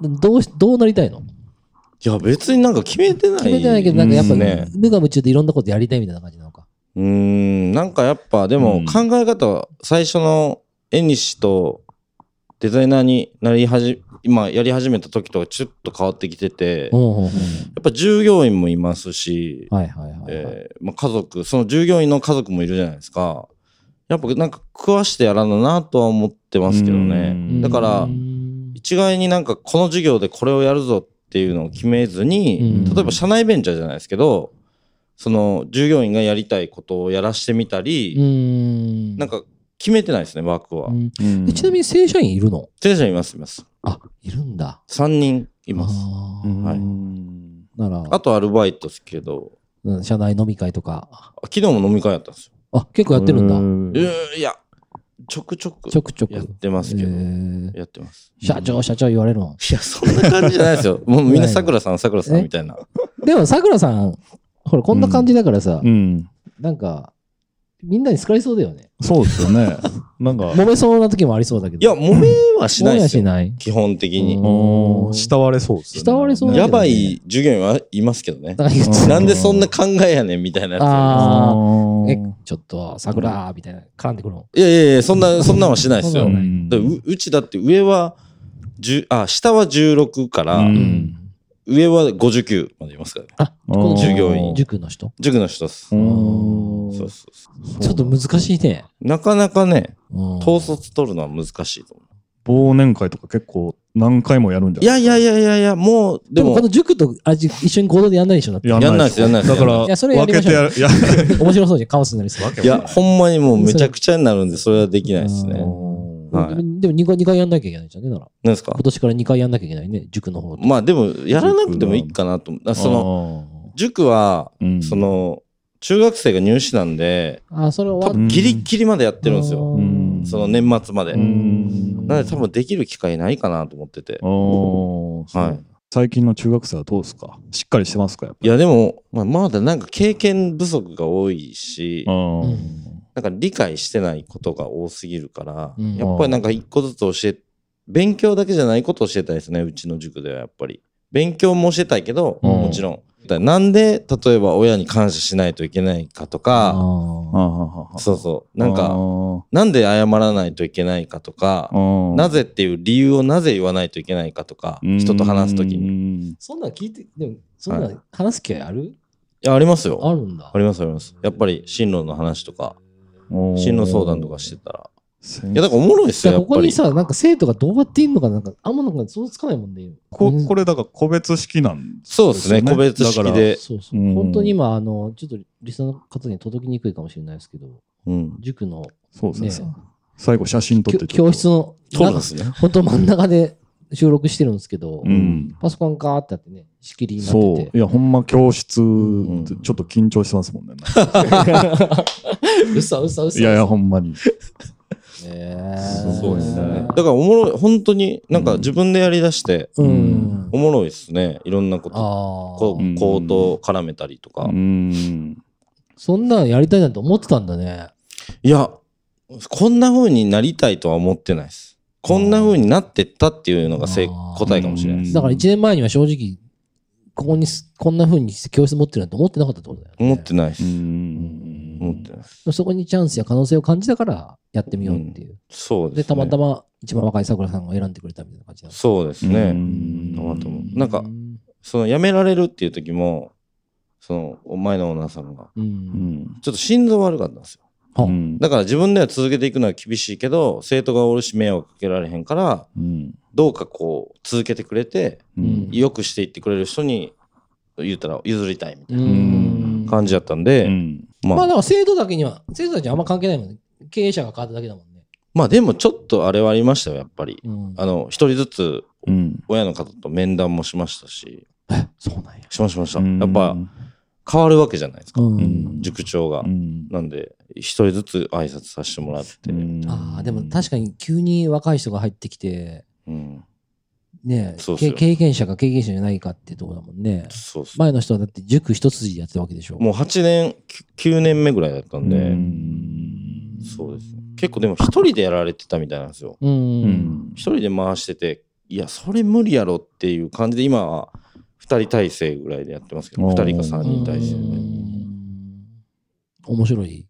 うん。どうし、どうなりたいのいや、別になんか決めてない。決めてないけど、なんかやっぱ、うんねね、無我夢中でいろんなことやりたいみたいな感じなのか。うーん、なんかやっぱ、でうもん考え方は、最初の絵西とデザイナーになりはじ、今やり始めた時とかちょっと変わってきてうて、やんうんうんっぱ従業員もいますし、はいはいはいはい。えーまあ、家族、その従業員の家族もいるじゃないですか。やっぱなんか食わしてやらななとは思ってますけどうね。んだからうん一概になんかこの授業でこれをやるぞっていうのを決めずに、うん例えば社内ベンチャーじゃないですけど、その従業員がやりたいことをやらしてみたり、うん。なんか決めてないですね、ワークはう。ん、うんえちなみに正社員いるの全社います、います。あ、いるんだ。 3人います。あうーんはいなら、あとアルバイトですけど、うん社内飲み会とか。昨日も飲み会やったんですよ。あ、結構やってるんだ。うだーいや、ちょくちょくちょくちょく。やってますけえど、ーやってます。社長、社長言われるの。いや、そんな感じじゃないですよ。 もうみんな桜さん、桜さんみたいな。でも、さくらさん、ほら、こんな感じだからさ、うんなんか、みんなに好かれそうだよね。そうですよね なんか揉めそうな時もありそうだけど。いや、、揉めはしもないやですしよ。ない。基本的に。おー慕われそうですよね慕われそうだよねやばい従業員はいますけどなね。んか言っうて なんでそんな考えやねんみたいなやつあはーーえ、ちょっと、さくらみたいな、絡んでくるの。います。いやいやいや、そんな、そんなんはしないですそよう。うなんだからううちだって上は、10あ、下は16から、うん上は59までいますからね。あ、この従業員塾の人。塾の人っす。うそうんそうそう。ちょっと難しいね。なかなかね、うん統率取るのは難しいと思う。忘年会とか結構何回もやるんじゃないいやいやいやいやいや、もう、ででも、もこの、塾とあじ一緒に行動でやんないでしょ、だって。ややんないですやんないですだから、いやそれやり分まけしょてうやる。いや、面白そうじゃん、カオスになりそう。いや、ほんまにもうめちゃくちゃになるんで、それはできないですうね。んはいでも2回、二回やんなきゃいけないじゃんね、なら。なんですか今年から2回やんなきゃいけないね、塾の方と。まあでも、やらなくてもいいかなと思う。あその、の、塾は、うんそ、の、中学生が入試なんで、あ、それ終わ多っ分ギリギリまでやってるんですよ。うんその年末まで。うんなので多分できる機会ないかなと思ってて。おーはい。最近の中学生はどうですかしっかりしてますかやっぱいやでも、まあ、まだなんか経験不足が多いしり。う、んうなんか理解してないことが多すぎるから、うんやっぱりなんか一個ずつ教え、勉強だけじゃないことを教えたいですね、うちの塾ではやっぱり。勉強も教えたいけど、うんもちろん。だからなんで、例えば親に感謝しないといけないかとあか、ーあそうそう。なんか、か、なんで謝らないといけないかとか、なぜぜっていう理由をなぜ言わないといけないかとか、人と話すときに。いに。そんなん聞いて、でも、そんなん話す機会あるや、ありますよ。あるんだあ。りますあります。やっぱり進路の話とか、進路相談とかしてたら、いいやだからおもろいですよやこっぱこりにさ、なんか生徒がどうやっていんのかなんか、あんまなんか想像つかないもんね。こうんこれだから個別式なんそうですねそうです個別ね式で、そうそう。うん本当に今、あの、ちょっとリスナーの方に届きにくいかもしれないですけど、うん、塾のそうねですね最後写真撮っきてょちょ教っと室の、そうなんですね本当真ん中で収録してるんですけど、うんパソコンガーってあってね、仕切りになってそて う。いやほんま教室ちょんっと緊張してますもんね うさうさうさ。いやいやほんまにえすそうごいですねねだからおもろい本当になんか自分でやりだしてうん。おもろいですねいろんなこあーとこうんう行動を絡めたりとか、うんそんなんやりたいなと思ってたんだね。いやこんな風になりたいとは思ってないですこんな風になってったっていうのが正あー答えかもしれないですだから1年前には正直、ここにす、こんな風にして教室持ってるなんて思ってなかったってことだよね。思ってないです、うん思ってないですそこにチャンスや可能性を感じたからやってみようっていう。そうです、ね、で、たまたま一番若い桜さんが選んでくれたみたいな感じなんですそうですね、うんたまたまうんなんかその辞められるっていう時もそのお前のオーナーさんがう。うんんちょっと心臓悪かったんですよはうんだから自分では続けていくのは厳しいけど生徒がおるし迷惑かけられへんからうんどうかこう続けてくれてうん良くしていってくれる人に言うたら譲りたいみたういんんな感じだったんで、うんままあ、あだから制度だけには、制度だけにはあんま関係ないもんね。経営者が変わっただけだもんね。まあでもちょっとあれはありましたよやっぱりうんあの一人ずつうん親の方と面談もしましたしそうなんや。しましたしましたうんやっぱ変わるわけじゃないですかうん。塾長がうんなんで一人ずつ挨拶させてもらって、ああ、でも確かに急に若い人が入ってきて、うんねそうっすけよ経験者が経験者じゃないかってとこだもんね。そうっす前の人はだって塾一筋でやってたわけでしょ。もう8年9年目ぐらいだったんで、うんそうですね結構でも一人でやられてたみたいなんですよう。うんん一人で回してていやそれ無理やろっていう感じで今は2人体制ぐらいでやってますけどお2ー人か3人体制うでん面白い。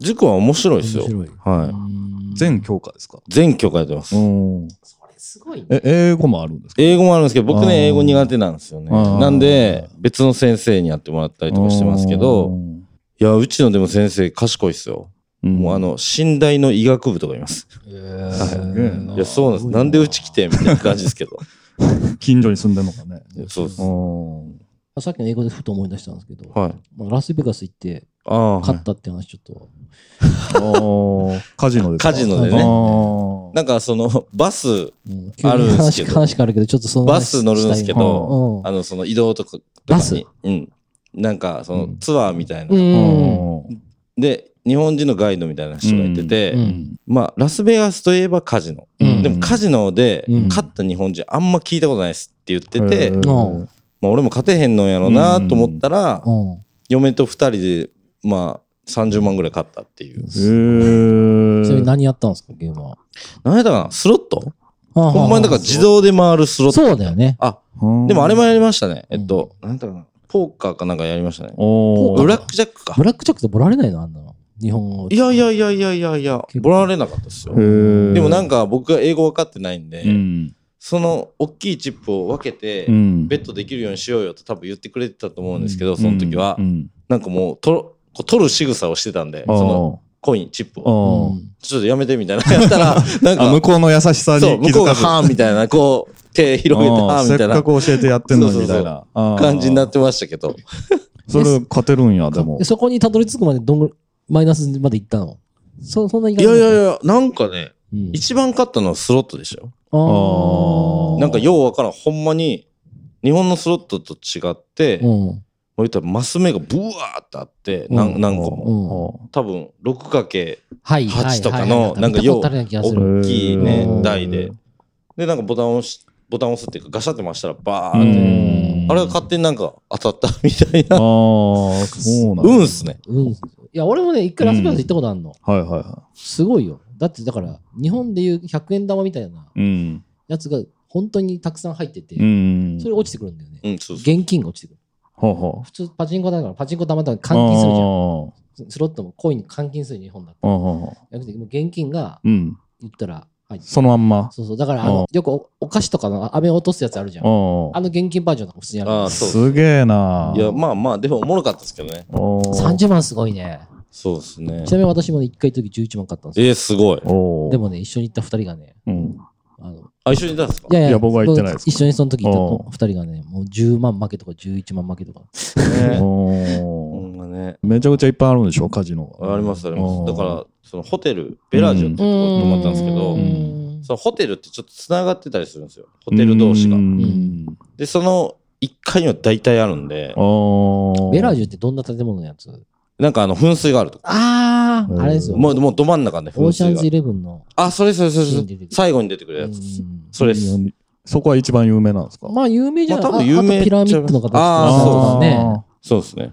塾は面白い面ですよ白い。はい全教科ですか全教科やってますうんそれすごいね。え英語もあるんですか英語もあるんですけど僕あーね英語苦手なんですよねあーなんで別の先生にやってもらったりとかしてますけどいやうちのでも先生賢いっすよもうあの寝台の医学部とかいますいやそうなんですなんでうち来てんみたいな感じですけど近所に住んでるのかねいやそうですうんさっきの英語でふと思い出したんですけど、はいまあラスベガス行ってああはい勝ったって話ちょっと。カジノですカかジノでねねなんかそのバス、うん急にあるんです話けど話変わるけど、ちょっとその話バス乗るんですしたけいなどあのその移動とかとかにバスうん。なんかそうのんツアーみたいな。うん。で、日本人のガイドみたいな人がいてて、うんうんまあラスベガスといえばカジノ。うんでもカジノでうん勝った日本人あんま聞いたことないですって言ってて、んまあ俺も勝てへんのやろうなと思ったら、うん。嫁と二人でまあ30万ぐらい勝ったっていう。それ何やったんですか、ゲームは。何やったかなスロットほほんまにだから自動で回るスロット。そうだよね。あ、でもあれもやりましたね。うえんっと、なんだろうな。ポーカーかなんかやりましたね。おブラックジャックかブ。ラックジャックってボられないのあんなの。日本語。いやいやいやいやいやいや、結構ボラれなかったですよ。ででもなんかか僕が英語分かってないんで、うんその大きいチップを分けて、うんベッドできるようにしようよと多分言ってくれてたと思うんですけど、その時は、うんなんかもうとろこう取る仕草をしてたんで、そのコイン、チップうを、うんんちょっとやめてみたいなやったら、なんあ向か、こうの優しさにそう、気向こうがづかずはーみたいな、こう、手広げてはーうんみたいせっかなく教えてやってんのにそうみそうそたういなあー感じになってましたけど、それ勝てるんやでもでそこにたどり着くまでどんぐらい、マイナスまで行ったのそそんな意い外やいやいや、や、なんかね、うん一番勝ったのはスロットでしたよ。ああーーなんか、ようわからん、ほんまに、日本のスロットと違って、うん。もう言ったらマス目がブワーってあって、うんなん何個も。う多分 6× はい。八はいとかはのいなんかよう見たことあるような気がする。大きいねうん台ででなんかボタンを押しボタンを押すっていうかガシャって回したらバーうって、んあれが勝手になんか当たったみたいああなそうなんだ運っすねうん。いや、俺もね、一回ラスベガス行ったことあるの。はいはいはすごいよ。だって、だから、日本でいう100円玉みたいないうんやつが本当にたくさん入ってて、うんそれ落ちてくるんだよね。うんそうそう現金が落ちてくる。ほうほう普通パチンコだからパチンコ玉だから換金するじゃんん。スロットもコインに換金する日本だっうんうんうたんら。じゃなくてもう現金がうん言ったら入ってそのまんまそうそう。だからあの、うんよくおお菓子とかの飴を落とすやつあるじゃん。うんあの現金バージョンとかも普通にある。あーそうすげえないやまあまあでもおもろかったですけどねおー30万すごいね。そうですねち。なみに私もね一回行った時11万買ったんですよ。えー、すごい。おお。で、もね、一緒に行った二人がね、うん。あの、あ、一緒にいたんですかいやいや、いや僕は行ってないです一緒にその時行ったとお二人がね、もう10万負けとか11万負けとか。ね。ほおーんまね。めちゃくちゃいっぱいあるんでしょカジノが。ありますあります。おーだから、そのホテル、ベラージュってところに泊まったんですけど、ううんんそのホテルってちょっとつながってたりするんですよ。ホテル同士がう。んん。で、その1階には大体あるんで、おベラージジュってどんな建物のやつなんかあの噴水があるとか。あうんあ、あれですよ。もう、もうど真ん中でオ噴ーシャ水ンがズあイる。レブンの。あ、それそれそれそれシーンで出てく。る最後に出てくるやつ。うんそれです。そこは一番有名なんですかまあ、有名じゃないまあ多分あ有名あとピラミッドの形あとかね。そうですね。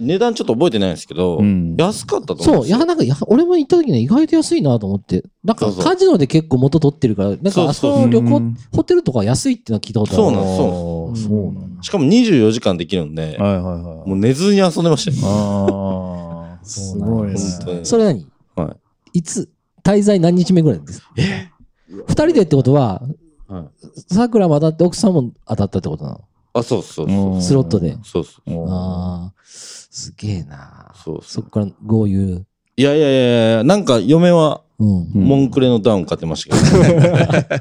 値段ちょっと覚えてないんですけど、うん安かったと思そうう、んいや、なんか、いや俺も行った時ね、意外と安いなと思って。なんそか、うそうカジノで結構元取ってるから、なんそうか、そうあそこの旅行、ホテルとか安いってのは聞いたことある。そうなんですそうですそうなんしかも24時間できるんで、だ。はいはいはい。もう寝ずに遊んでましたよ。ああ、そすうなんごいでね。すそれ何はいつ、滞在何日目ぐらいですか二人でってことは、はいさくらも当たって、奥さんも当たったってことなのあ、そうそうそう。スロットで。そうそう。あああ、すげえな。そうそそうっから豪遊。いやいやいやいや、なんか嫁は、うん。 うんモンクレのダウン買ってましたけど、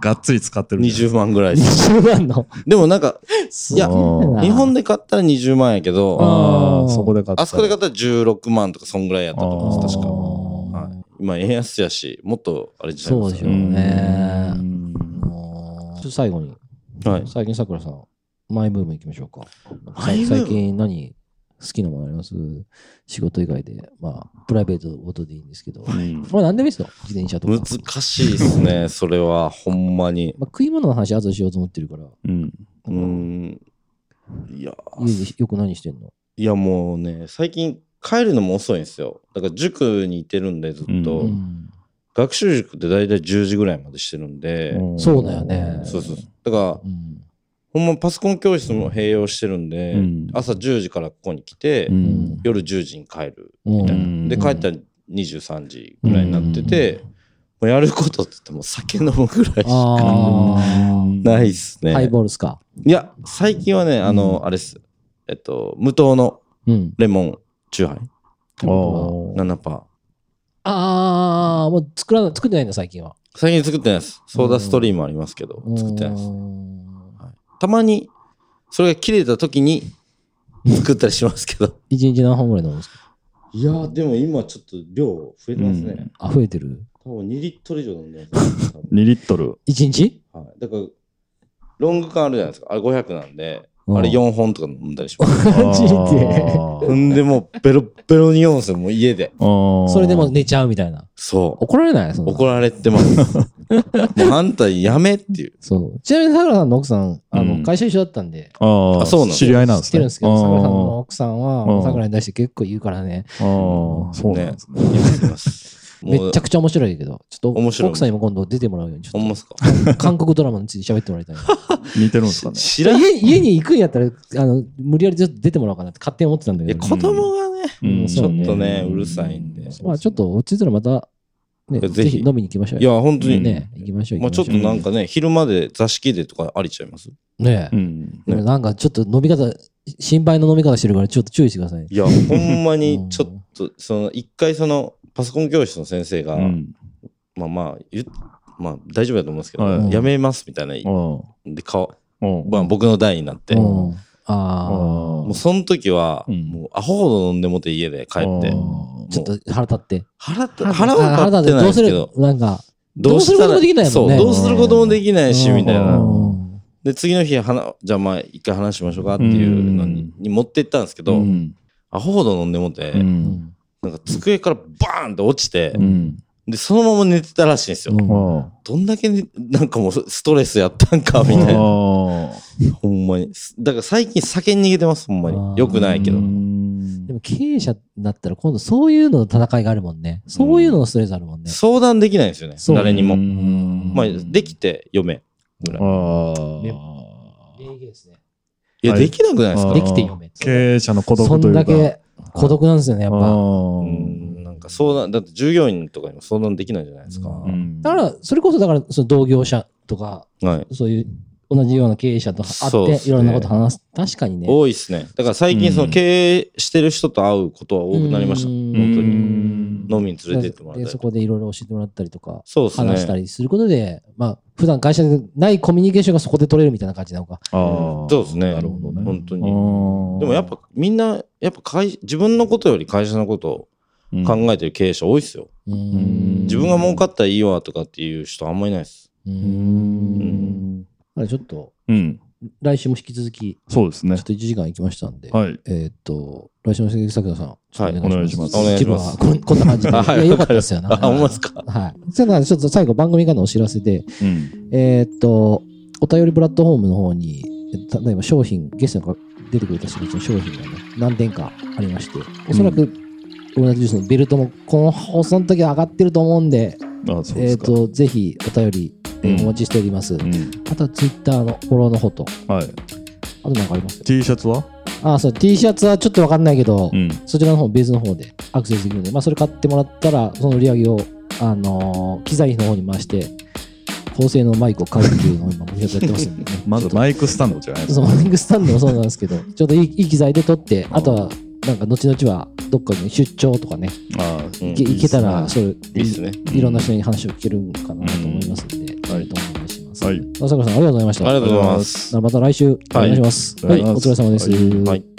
がっつり使ってる。 20万ぐらい で。20万の。でもなんか、すいやげえな日本で買ったら20万やけど、ああーあ、そこで買った。あそこで買っったら16万とか、そんぐらいやったと思います、確か。あーはい今、円安やし、もっと、あれじゃないそうですでしかょうね。ね。もうちょっと最後に、はい。最近さくらさん、マイブーム行きましょうか。マイブーム最近何好きなものあります仕事以外で。まあ、プライベートごとでいいんですけど。まあ何でもいいですよ。自転車とか。難しいですね、それは、ほんまに。まあ、食い物の話後でしようと思ってるから。うん。うーん。いや、家でよく何してんのいやもうね、最近帰るのも遅いんですよ。だから塾に行ってるんで、ずっと。うん学習塾って大体10時ぐらいまでしてるんで、そうだよねそうそうそう。だから、うんほんまパソコン教室も併用してるんで、うん朝10時からここに来て、うん。夜10時に帰る。うんうんで、うん帰ったら23時ぐらいになってて、もうやることって言っても酒飲むぐらいしかあないっすあ、ね。ハイボールっすか。いや、最近はね、あの、あれっす。えっと、無糖のうん。レモンチューハイあー7%。ああ、もう作らな作ってないんだ、最近は。最近作ってないです。ソーダストリームありますけど、作ってないです。たまに、それが切れた時 に作ったりしますけど。一日何本ぐらい飲むんですかいやー、でも今ちょっと量増えてますね。うんあ、増えてる多分2リットル以上飲んでます、多分2リッ トル。一日 はい。だから、ロング缶あるじゃないですか。あれ500なんで、うんあれ4本とか飲んだりしま す。 マジでんでもうベロッベロに酔うんですよ、もう家で。そそれでもう寝ちゃうみたいな。そう。怒られないそんな怒られて ます。もうあんたやめっていう。そう。ちなみに、さくらさんの奥さん、あうの、ん会社一緒だったんで。あああ、そうなんだ知り合いなんですね。知ってるんですけど、さくらさんの奥さんうは、んさくらに対して結構言うからね、あーあー、そうなんですね。やめてます。めもうちゃくちゃ面白いけど、ちょっと面白い奥さんにも今度出てもらうように、ちほんょまっっすかと韓国ドラマについて喋ってもらいたいな。似てるんですかね。知らん。い家家に行くんやったら、あの、無理やりちょっと出てもらおうかなって勝手に思ってたんだけや、ど、子供がね、うんうんちょっとねうるさいんでまあちょっ。と落ち着いたらまた、ね、いぜやひぜひ飲みに行きましょういや、本当に、ね、行きましょう。まあちょっと行きなんかね、昼まで座敷でとかありちゃいますしょうねう、ん。でもなんかちょっと飲み方、心配の飲み方してるからちょっと注意してください。いや、ほんまうんにちょっと、その、一回その、パソコン教室の先生が、うんまあまあ、言っまあ大丈夫だと思うんですけど、はいやめますみたいな、うん。で顔、うん。まあ、僕の代になって、うもんああ、もうその時は、うんもうアホほど飲んでもって家で帰ってうん、ちょっと腹立って。払って、払うか腹っ立っててどないでうすすけるど、なんか、どうしどうするこたとらもできないもんねそう、どうすることもできないし、うんみたいな。うんで、次の日、はなじゃあまあ、一回話しましょうかっていうのに,、うに持ってったんですけど、うんアホほど飲んでもって、うんなんか机からバーンって落ちて、うんで、そのまま寝てたらしいんですよ。うんあどんだけ、なんかもうストレスやったんか、みたいな。あほんまに。だから最近酒に逃げてます、ほんまあに。ーよくないけどう。んでも経営者になったら今度そういうのの戦いがあるもんね。そういうののストレスあるもんね。相談できないんですよね、そう誰にうも。んまあ、できて読め。ぐらい。あねあ名言ですね。いや、はいできなくないですかあできて読め。経営者の孤独そといんうかだけ孤独なんですよね、やっあぱ。ーうんなんか相談、だって従業員とかにも相談できないじゃないですか。ううんはんだから、それこそだから、その同業者とか、い。そういう同じような経営者と会そうでっすて、ねいろんなこと話す。確かにね。多いですね。だから最近その経営してる人と会うことは多くなりました。う本ん当に。ん飲みに連れてってもらっでたそり。こでいろいろ教えてもらったりとか、そうですね。話したりすることで、まあ、普段会社でないコミュニケーションがそこで取れるみたいな感じなのか。ああ。そうですね。なるほどね。本当に。にでもやっぱみんな、やっぱ会自分のことより会社のことを考えてる経営者多いですよ。うーん自分が儲かったらいいわとかっていう人あんまりいないです。うー。うんん。あれ、ちょっと、うん。来週も引き続き、そうですちょねっ。と1時間行きましたんで、はい。えーっと、来週も関作田さん、ちょっとはいお願いしま一す部はこん こんな感じで。いはいや、よかったですよな。 あ、思いますか。はい。それからちょっと最後番組からのお知らせで、うん。えーっと、お便りプラットフォームの方に、え例えば商品、ゲストが出てくれた人たちの商品がね、何点かありまして、おそらく、同じジュースのベルトも、この放送の時は上がってると思うんで、あそうでえーすっか。と、ぜひお便り、えーうんお待ちしております。うん。あとはツイッターのフォローの方と、はい。あとなんかあります。 T シャツはあ、そう、T シャツはちょっとわかんないけど、ん。。そちらの方、ベースの方でアクセスできるので、まあ、それ買ってもらったら、その売り上げを、あのー機材費の方に回して、高性能マイクを買うっていうのを今、無理やりやってますんでねまずマイクスタンドじゃないですそかの。マーニングスタンドもそうなんですけど、ちょうどいいいい機材で撮って、あとは、なんか後々はどっかに出張とかね、ああ。うん行け行けたら、それ、いいっすね。いろんな人に話を聞けるかなと思いますんで、うんはい、お願いします。はい朝倉さん、ありがとうございましあた。りがとうございます。また来週、お願いします。ははいい、お疲れ様です。はいはい